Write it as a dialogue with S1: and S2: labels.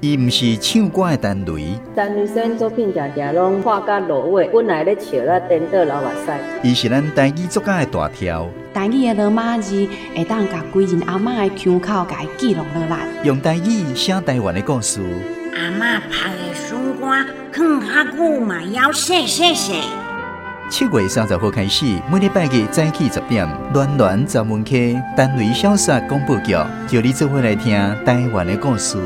S1: 伊毋是唱歌的陈雷，
S2: 陈女生作品常常拢看甲落尾，本来咧笑了，颠倒流目屎。
S1: 伊是咱台语作家的大条，
S3: 台语的罗马字会当甲规人阿嬷的腔口甲伊记录落来。
S1: 用台语写台湾的故事。
S4: 阿嬷晒的笋干，放较久嘛，还细细细。
S1: 七月三十号开始，每礼拜日早起十点，暖暖十门溪单雷小说广播剧，叫你做伙来听台湾的故事。